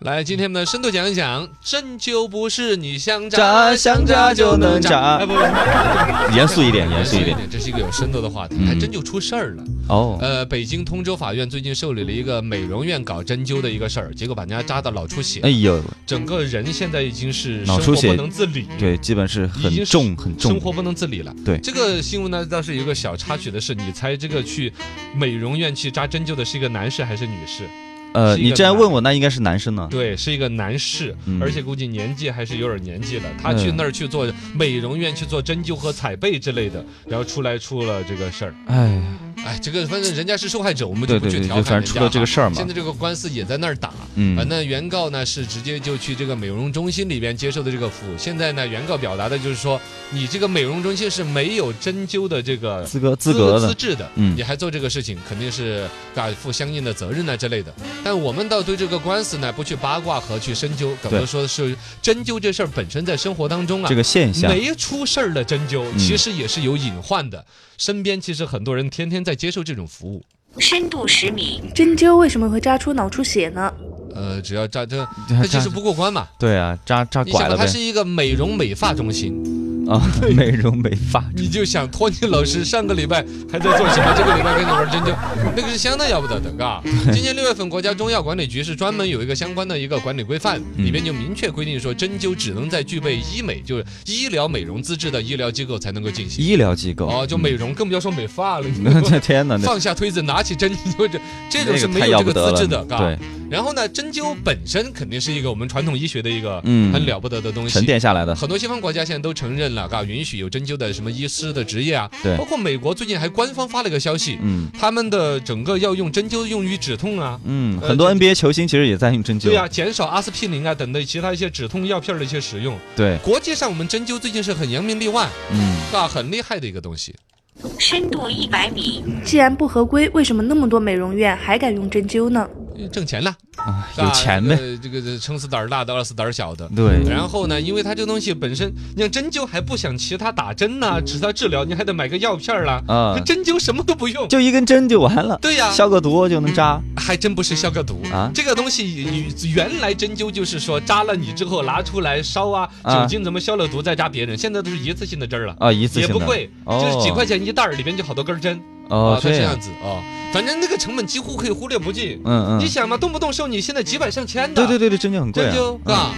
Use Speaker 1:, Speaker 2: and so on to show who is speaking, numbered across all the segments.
Speaker 1: 来，今天我们的深度讲一讲，针灸不是你想
Speaker 2: 炸想炸就能炸
Speaker 1: 哎不不，
Speaker 2: 严肃一点严肃一点，
Speaker 1: 这哎是一个有深度的
Speaker 2: 嗯
Speaker 1: 话题，还真就出事儿了。
Speaker 2: 哦，
Speaker 1: 呃，北京通州法院最近受理了一个美容院搞针灸的一个事儿，结果把人家扎到脑出血，
Speaker 2: 哎呦，
Speaker 1: 整个人现在已经是
Speaker 2: 脑
Speaker 1: 生
Speaker 2: 出
Speaker 1: 活
Speaker 2: 血
Speaker 1: 不能自理。
Speaker 2: 对，基本是很
Speaker 1: 已经是
Speaker 2: 重很重
Speaker 1: 生，活不能自理了。
Speaker 2: 对
Speaker 1: 这个新闻呢，倒是有一个小插曲的是，你猜这个去美容院去扎针灸的是一个男士还是女士？
Speaker 2: 呃，
Speaker 1: 是一个
Speaker 2: 你这样问我，那应该是男生呢。
Speaker 1: 对，是一个男士，
Speaker 2: 嗯
Speaker 1: 而且估计年纪还是有点年纪了。他去
Speaker 2: 嗯
Speaker 1: 那儿去做美容院去做针灸和采背之类的，然后出来出了这个事儿。
Speaker 2: 哎呀，
Speaker 1: 哎，这个反正人家是受害者，我们
Speaker 2: 对
Speaker 1: 就不
Speaker 2: 对
Speaker 1: 去
Speaker 2: 对，
Speaker 1: 调
Speaker 2: 就
Speaker 1: 侃
Speaker 2: 反正
Speaker 1: 人
Speaker 2: 出
Speaker 1: 家
Speaker 2: 了这个
Speaker 1: 哈
Speaker 2: 事儿嘛
Speaker 1: 现。在这个官司也在那儿打。反
Speaker 2: 嗯，
Speaker 1: 正原告呢是直接就去这个美容中心里边接受的这个服务。现在呢，原告表达的就是说，你这个美容中心是没有针灸的这个
Speaker 2: 资格资格
Speaker 1: 资
Speaker 2: 的，
Speaker 1: 质的，
Speaker 2: 嗯
Speaker 1: 你还做这个事情，肯定是啊负相应的责任啊呢之类的。但我们倒对这个官司呢不去八卦和去深究，更多
Speaker 2: 对
Speaker 1: 说的是针灸这事儿本身在生活当中啊
Speaker 2: 这。个现象，
Speaker 1: 没出事儿的针灸，
Speaker 2: 嗯
Speaker 1: 其实也是有隐患的。身边其实很多人天天在接受这种服务，
Speaker 3: 深度十米，
Speaker 4: 针灸为什么会扎出脑出血呢？
Speaker 1: 呃，只要扎这，
Speaker 2: 扎
Speaker 1: 它其实
Speaker 2: 扎
Speaker 1: 不过关嘛。
Speaker 2: 对啊，扎扎
Speaker 1: 你想
Speaker 2: 拐
Speaker 1: 嘛，
Speaker 2: 了呗
Speaker 1: 它是一个美容美发中心，
Speaker 2: 啊，美容美发，
Speaker 1: 你就想托尼老师上个礼拜还在做什么，这个礼拜跟你玩针灸，那个是相当要不得的， 嘎。今年六月份，国家中药管理局是专门有一个相关的一个管理规范，
Speaker 2: 嗯
Speaker 1: 里边就明确规定说，针灸只能在具备医美，就是医疗美容资质的医疗机构才能够进行。
Speaker 2: 医疗机构
Speaker 1: 哦，就美容，更不要说美发了。你知道吗
Speaker 2: 嗯天哪，那
Speaker 1: 放下推子，拿起针，你就这这种
Speaker 2: 那
Speaker 1: 是
Speaker 2: 个
Speaker 1: 没
Speaker 2: 太
Speaker 1: 有
Speaker 2: 要
Speaker 1: 这
Speaker 2: 不
Speaker 1: 个
Speaker 2: 得
Speaker 1: 资质
Speaker 2: 了嗯
Speaker 1: 的，，嘎。
Speaker 2: 对，
Speaker 1: 然后呢，针灸本身肯定是一个我们传统医学的一个
Speaker 2: 嗯
Speaker 1: 很了不得的东西，
Speaker 2: 沉淀下来的，
Speaker 1: 很多西方国家现在都承认了，嘎，允许有针灸的什么医师的职业啊，
Speaker 2: 对
Speaker 1: 包括美国最近还官方发了个消息，
Speaker 2: 嗯
Speaker 1: 他们的整个要用针灸用于止痛啊。
Speaker 2: 嗯，
Speaker 1: 呃
Speaker 2: 很多
Speaker 1: 这
Speaker 2: NBA 球星其实也在用针灸
Speaker 1: 对，啊，减少阿司匹林啊等的其他一些止痛药片儿的一些使用。
Speaker 2: 对，
Speaker 1: 国际上，我们针灸最近是很扬名立万，
Speaker 2: 嗯，
Speaker 1: 啊，很厉害的一个东西。
Speaker 3: 深度一百米，
Speaker 4: 既然不合规，为什么那么多美容院还敢用针灸呢？
Speaker 1: 呃挣钱了，
Speaker 2: 啊
Speaker 1: 是吧
Speaker 2: 有钱呗，
Speaker 1: 呃这个这撑死胆儿大的，饿死胆儿小的。
Speaker 2: 对，
Speaker 1: 然后呢，因为它这东西本身，你像针灸还不想其他打针呐、其他治疗，你还得买个药片儿啦。
Speaker 2: 啊，
Speaker 1: 针灸什么都不用。
Speaker 2: 就一根针就完了，
Speaker 1: 对啊嗯呀、
Speaker 2: 消个毒就能扎，
Speaker 1: 还真不是消个毒
Speaker 2: 啊
Speaker 1: 这个东西你原来针灸就是说扎了你之后拿出来烧啊，
Speaker 2: 啊
Speaker 1: 酒精怎么消了毒再扎别人，现在都是一次性的针儿了。
Speaker 2: 啊，一次
Speaker 1: 也
Speaker 2: 性
Speaker 1: 不
Speaker 2: 的，
Speaker 1: 贵，
Speaker 2: 哦
Speaker 1: 就是几块钱一袋儿，里边就好多根儿针
Speaker 2: 哦
Speaker 1: 啊，，它
Speaker 2: 这
Speaker 1: 这
Speaker 2: 样
Speaker 1: 样，子哦。反正那个成本几乎可以忽略不计。
Speaker 2: 嗯嗯
Speaker 1: 你，想嘛，动不动收你现在几百上千的，
Speaker 2: 对对对对，针灸很贵
Speaker 1: 针
Speaker 2: 啊，
Speaker 1: 灸
Speaker 2: 嗯
Speaker 1: 啊，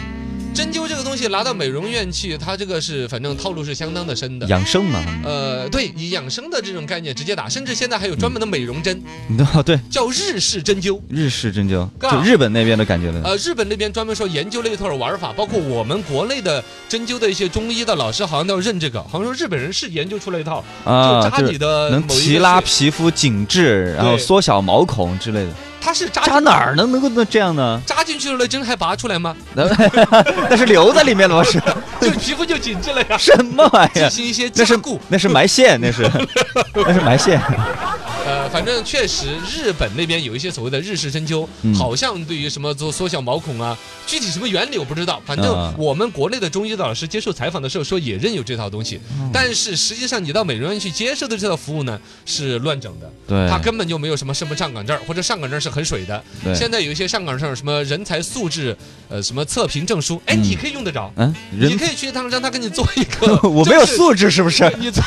Speaker 1: 针灸这个东西拿到美容院去，它这个是反正套路是相当的深的。
Speaker 2: 养生嘛，
Speaker 1: 呃，对，以养生的这种概念直接打，甚至现在还有专门的美容针，
Speaker 2: 你知道哦对
Speaker 1: 叫日式针灸。
Speaker 2: 日式针灸，
Speaker 1: 嘎
Speaker 2: 就日本那边的感觉的，
Speaker 1: 呃，日本那边专门说研究了一套玩法，包括我们国内的针灸的一些中医的老师，好像都要认这个，好像说日本人是研究出了一套，
Speaker 2: 啊，
Speaker 1: 呃就扎
Speaker 2: 就
Speaker 1: 你
Speaker 2: 是
Speaker 1: 的
Speaker 2: 能
Speaker 1: 某一
Speaker 2: 提
Speaker 1: 个
Speaker 2: 拉
Speaker 1: 穴，
Speaker 2: 皮肤紧致，然后
Speaker 1: 对
Speaker 2: 缩小毛孔之类的。
Speaker 1: 他是扎
Speaker 2: 扎哪儿呢？能够能这样 呢？
Speaker 1: 扎进去了针还拔出 来吗？
Speaker 2: 那是留在里面的吧？是，
Speaker 1: 就皮肤就紧致了 呀
Speaker 2: 什么玩意
Speaker 1: 进
Speaker 2: 儿？
Speaker 1: 行一些
Speaker 2: 那
Speaker 1: 加
Speaker 2: 是
Speaker 1: 固。
Speaker 2: 那是埋线， 那是那是埋线。
Speaker 1: 呃，反正确实日本那边有一些所谓的日式针灸，
Speaker 2: 嗯
Speaker 1: 好像对于什么做缩小毛孔啊，具体什么原理我不知道。反正
Speaker 2: 啊
Speaker 1: 我们国内的中医的老师接受采访的时候说也认有这套东西，
Speaker 2: 嗯
Speaker 1: 但是实际上你到美容院去接受的这套服务呢是乱整的。
Speaker 2: 对
Speaker 1: 他根本就没有什么什么上岗证儿，或者上岗证儿是很水的。现
Speaker 2: 对，
Speaker 1: 在有一些上岗证儿，什么人才素质，呃，什么测评证书，哎，
Speaker 2: 嗯
Speaker 1: 你可以用得着，
Speaker 2: 嗯，
Speaker 1: 你
Speaker 2: 人
Speaker 1: 可以去一趟，让他给你做一个。
Speaker 2: 我没有，素质是不是？
Speaker 1: 你做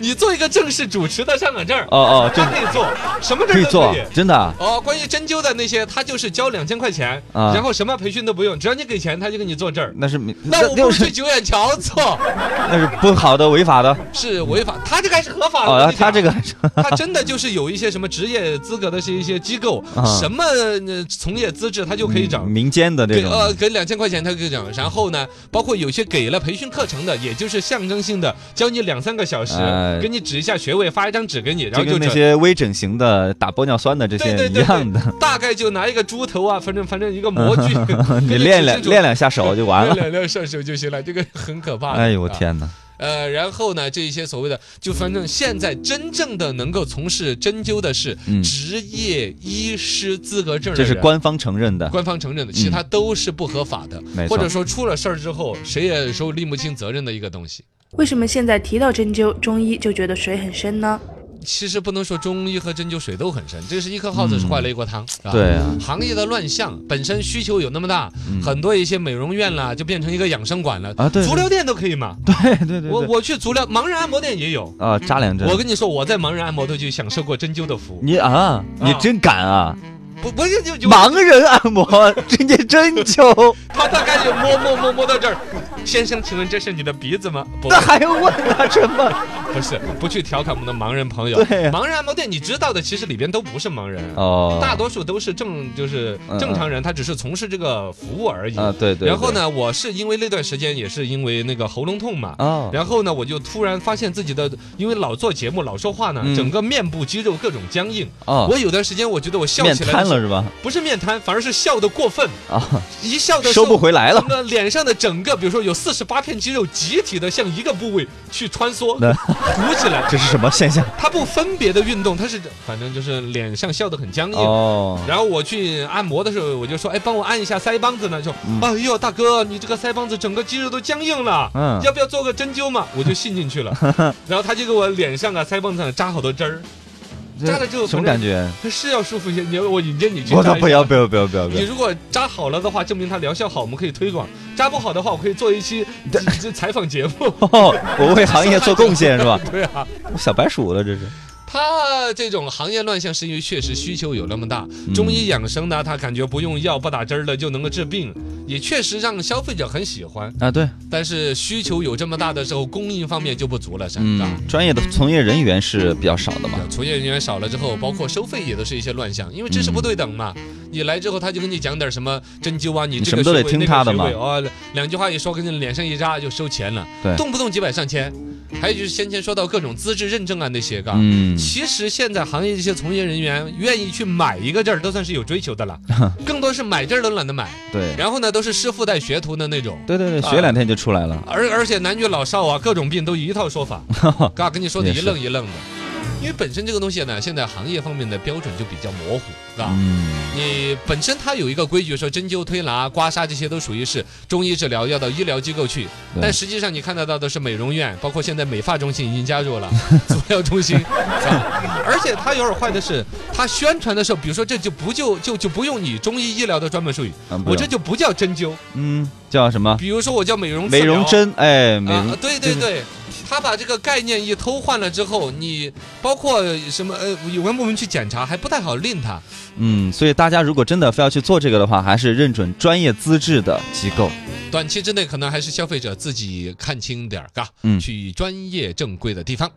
Speaker 1: 你做一个正式主持的上岗证儿，
Speaker 2: 哦哦，
Speaker 1: 他
Speaker 2: 真
Speaker 1: 可以做，什么
Speaker 2: 可
Speaker 1: 证儿
Speaker 2: 以
Speaker 1: 都
Speaker 2: 做
Speaker 1: 可以。，
Speaker 2: 真的啊
Speaker 1: 哦，关于针灸的那些，他就是交两千块钱，
Speaker 2: 啊
Speaker 1: 然后什么培训都不用，只要你给钱，他就给你做证儿。
Speaker 2: 那是
Speaker 1: 那我不
Speaker 2: 就
Speaker 1: 如去
Speaker 2: 是
Speaker 1: 九眼桥做，
Speaker 2: 那是不好的，违法的。
Speaker 1: 是违法，他这个还是合啊法的。我
Speaker 2: 哦
Speaker 1: 跟，你
Speaker 2: 他
Speaker 1: 讲
Speaker 2: 这个
Speaker 1: 他真的就是有一些什么职业资格的是一些机构，
Speaker 2: 啊嗯
Speaker 1: 什么呃从业资质他就可以涨。
Speaker 2: 民间的这
Speaker 1: 给
Speaker 2: 种
Speaker 1: 呃给两千块钱他可以涨，然后呢，包括有些给了培训课程的，也就是象征性的教你两三个小时，
Speaker 2: 哎
Speaker 1: 给你指一下穴位，发一张纸给你，然
Speaker 2: 就
Speaker 1: 后就
Speaker 2: 跟那
Speaker 1: 整
Speaker 2: 些微整形的、打玻尿酸的这
Speaker 1: 对对
Speaker 2: 些一
Speaker 1: 对对
Speaker 2: 样的，
Speaker 1: 大概就拿一个猪头啊，反正反正一个模具，给
Speaker 2: 你
Speaker 1: 指
Speaker 2: 练两
Speaker 1: 清楚
Speaker 2: 练两下手就完了。
Speaker 1: 练两下手就行了，这个很可怕的。
Speaker 2: 哎呦我
Speaker 1: 啊！
Speaker 2: 天哪！
Speaker 1: 呃，然后呢，这一些所谓的，就反正现在真正的能够从事针灸的是
Speaker 2: 嗯
Speaker 1: 职业医师资格证的
Speaker 2: 这
Speaker 1: 人，
Speaker 2: 是官方承认的。
Speaker 1: 官方承认的，其他都是不合法的，
Speaker 2: 嗯没错
Speaker 1: 或者说出了事儿之后，谁也说拎不清责任的一个东西。
Speaker 4: 为什么现在提到针灸，中医就觉得水很深呢？
Speaker 1: 其实不能说中医和针灸水都很深，这是一颗耗子坏了一锅汤，是吧
Speaker 2: 对啊，嗯
Speaker 1: 行业的乱象本身需求有那么大，很多一些美容院啦就变成一个养生馆了
Speaker 2: 啊对对
Speaker 1: 足疗店都可以嘛。
Speaker 2: 对对对
Speaker 1: 我
Speaker 2: 对。
Speaker 1: 我去足疗，盲人按摩店也有。
Speaker 2: 啊，扎两针
Speaker 1: 我。跟你说，我在盲人按摩队就享受过针灸的服务。
Speaker 2: 你啊，你真敢啊！
Speaker 1: 不，不是就就
Speaker 2: 盲人按摩，人家针灸，
Speaker 1: 他大概就摸摸摸摸到这儿，先生，请问这是你的鼻子吗？ 不
Speaker 2: 那，还用问
Speaker 1: 啊
Speaker 2: 他什么？
Speaker 1: 不是，不去调侃我们的盲人朋友。
Speaker 2: 对呀
Speaker 1: 盲人按摩店你知道的，其实里边都不是盲人。啊
Speaker 2: 哦，
Speaker 1: 大多数都是正就是
Speaker 2: 嗯
Speaker 1: 正常人，他只是从事这个服务而已。
Speaker 2: 啊，对对。
Speaker 1: 然后呢，我是因为那段时间也是因为那个喉咙痛嘛
Speaker 2: 对？，哦，
Speaker 1: 然后呢，我就突然发现自己的，因为老做节目老说话呢，
Speaker 2: 嗯
Speaker 1: 整个面部肌肉各种僵硬。
Speaker 2: 哦，
Speaker 1: 我有段时间我觉得我笑
Speaker 2: 面
Speaker 1: 起来
Speaker 2: 瘫
Speaker 1: 的时候
Speaker 2: 了是 吧？
Speaker 1: 不是面瘫，反而是笑的过分，
Speaker 2: 啊，
Speaker 1: 一笑的时
Speaker 2: 收
Speaker 1: 候
Speaker 2: 不回来了
Speaker 1: 整。个脸上的整个，比如说有四十八片肌肉集体的向一个部位去穿梭
Speaker 2: 那
Speaker 1: 鼓起来，
Speaker 2: 这是什么现 象？
Speaker 1: 它不分别的运动，它是 反正就是脸上笑得很僵硬。
Speaker 2: 哦，
Speaker 1: 然后我去按摩的时候，我就说，哎，帮我按一下腮帮子呢。就，哎呦，大哥，你这个腮帮子整个肌肉都僵硬了，
Speaker 2: 嗯
Speaker 1: 要不要做个针灸 嘛？我就信进去了，然后他就给我脸上啊、腮帮子上扎好多针儿，扎了之后
Speaker 2: 什么感觉？
Speaker 1: 是要舒服一些。你我引荐你去
Speaker 2: 我
Speaker 1: 扎
Speaker 2: 操！
Speaker 1: 一
Speaker 2: 不
Speaker 1: 下
Speaker 2: 要不要不要不要不
Speaker 1: 你
Speaker 2: 要！
Speaker 1: 如果扎好了的话，证明它疗效好，我们可以推广；扎不好的话，我可以做一期这这采访节目。
Speaker 2: 哦，我为行业做贡献是吧？
Speaker 1: 对啊，
Speaker 2: 我小白鼠了这是。
Speaker 1: 它这种行业乱象是因为确实需求有那么大，
Speaker 2: 嗯
Speaker 1: 中医养生呢，它感觉不用药不打针儿的就能够治病，也确实让消费者很喜欢。
Speaker 2: 啊，对，
Speaker 1: 但是需求有这么大的时候，供应方面就不足了，是吧？啊
Speaker 2: 嗯，专业的从业人员是比较少的嘛。
Speaker 1: 从业人员少了之后，包括收费也都是一些乱象，因为知识不对等嘛。你来之后，他就跟你讲点什么针灸啊，你这
Speaker 2: 你什
Speaker 1: 个
Speaker 2: 么都
Speaker 1: 穴
Speaker 2: 得
Speaker 1: 位
Speaker 2: 听他的嘛
Speaker 1: 那个穴位哦，两句话一说，跟你脸上一扎就收钱了，
Speaker 2: 对
Speaker 1: 动不动几百上千。还有就是先前说到各种资质认证啊那些，嘎。
Speaker 2: 嗯，
Speaker 1: 其实现在行业这些从业人员愿意去买一个证儿，都算是有追求的了，更多是买证儿都懒得买。
Speaker 2: 对，
Speaker 1: 然后呢，都是师傅带学徒的那种。
Speaker 2: 对对对，
Speaker 1: 啊
Speaker 2: 学两天就出来了。
Speaker 1: 而而且男女老少啊，各种病都一套说法，嘎，跟你说的一愣一愣的。因为本身这个东西呢，现在行业方面的标准就比较模糊，嘎。
Speaker 2: 嗯，
Speaker 1: 你本身它有一个规矩，说针灸、推拿、刮痧这些都属于是中医治疗，要到医疗机构去。
Speaker 2: 对
Speaker 1: 但实际上你看得到的是美容院，包括现在美发中心已经加入 了足疗中心，是吧？而且它有点坏的是，它宣传的时候，比如说这就不就就就不用你中医医疗的专门术语，
Speaker 2: 啊不
Speaker 1: 我这
Speaker 2: 用
Speaker 1: 就不叫针灸，
Speaker 2: 嗯叫什么？
Speaker 1: 比如说我叫美容
Speaker 2: 美
Speaker 1: 治疗
Speaker 2: 容针，哎，美容
Speaker 1: 啊，对对对，他把这个概念一偷换了之后，你包括什么呃有关部门去检查还不太好令他。
Speaker 2: 嗯，所以大家如果真的非要去做这个的话，还是认准专业资质的机构。
Speaker 1: 短期之内可能还是消费者自己看清点儿，嘎，
Speaker 2: 嗯
Speaker 1: 去专业正规的地方。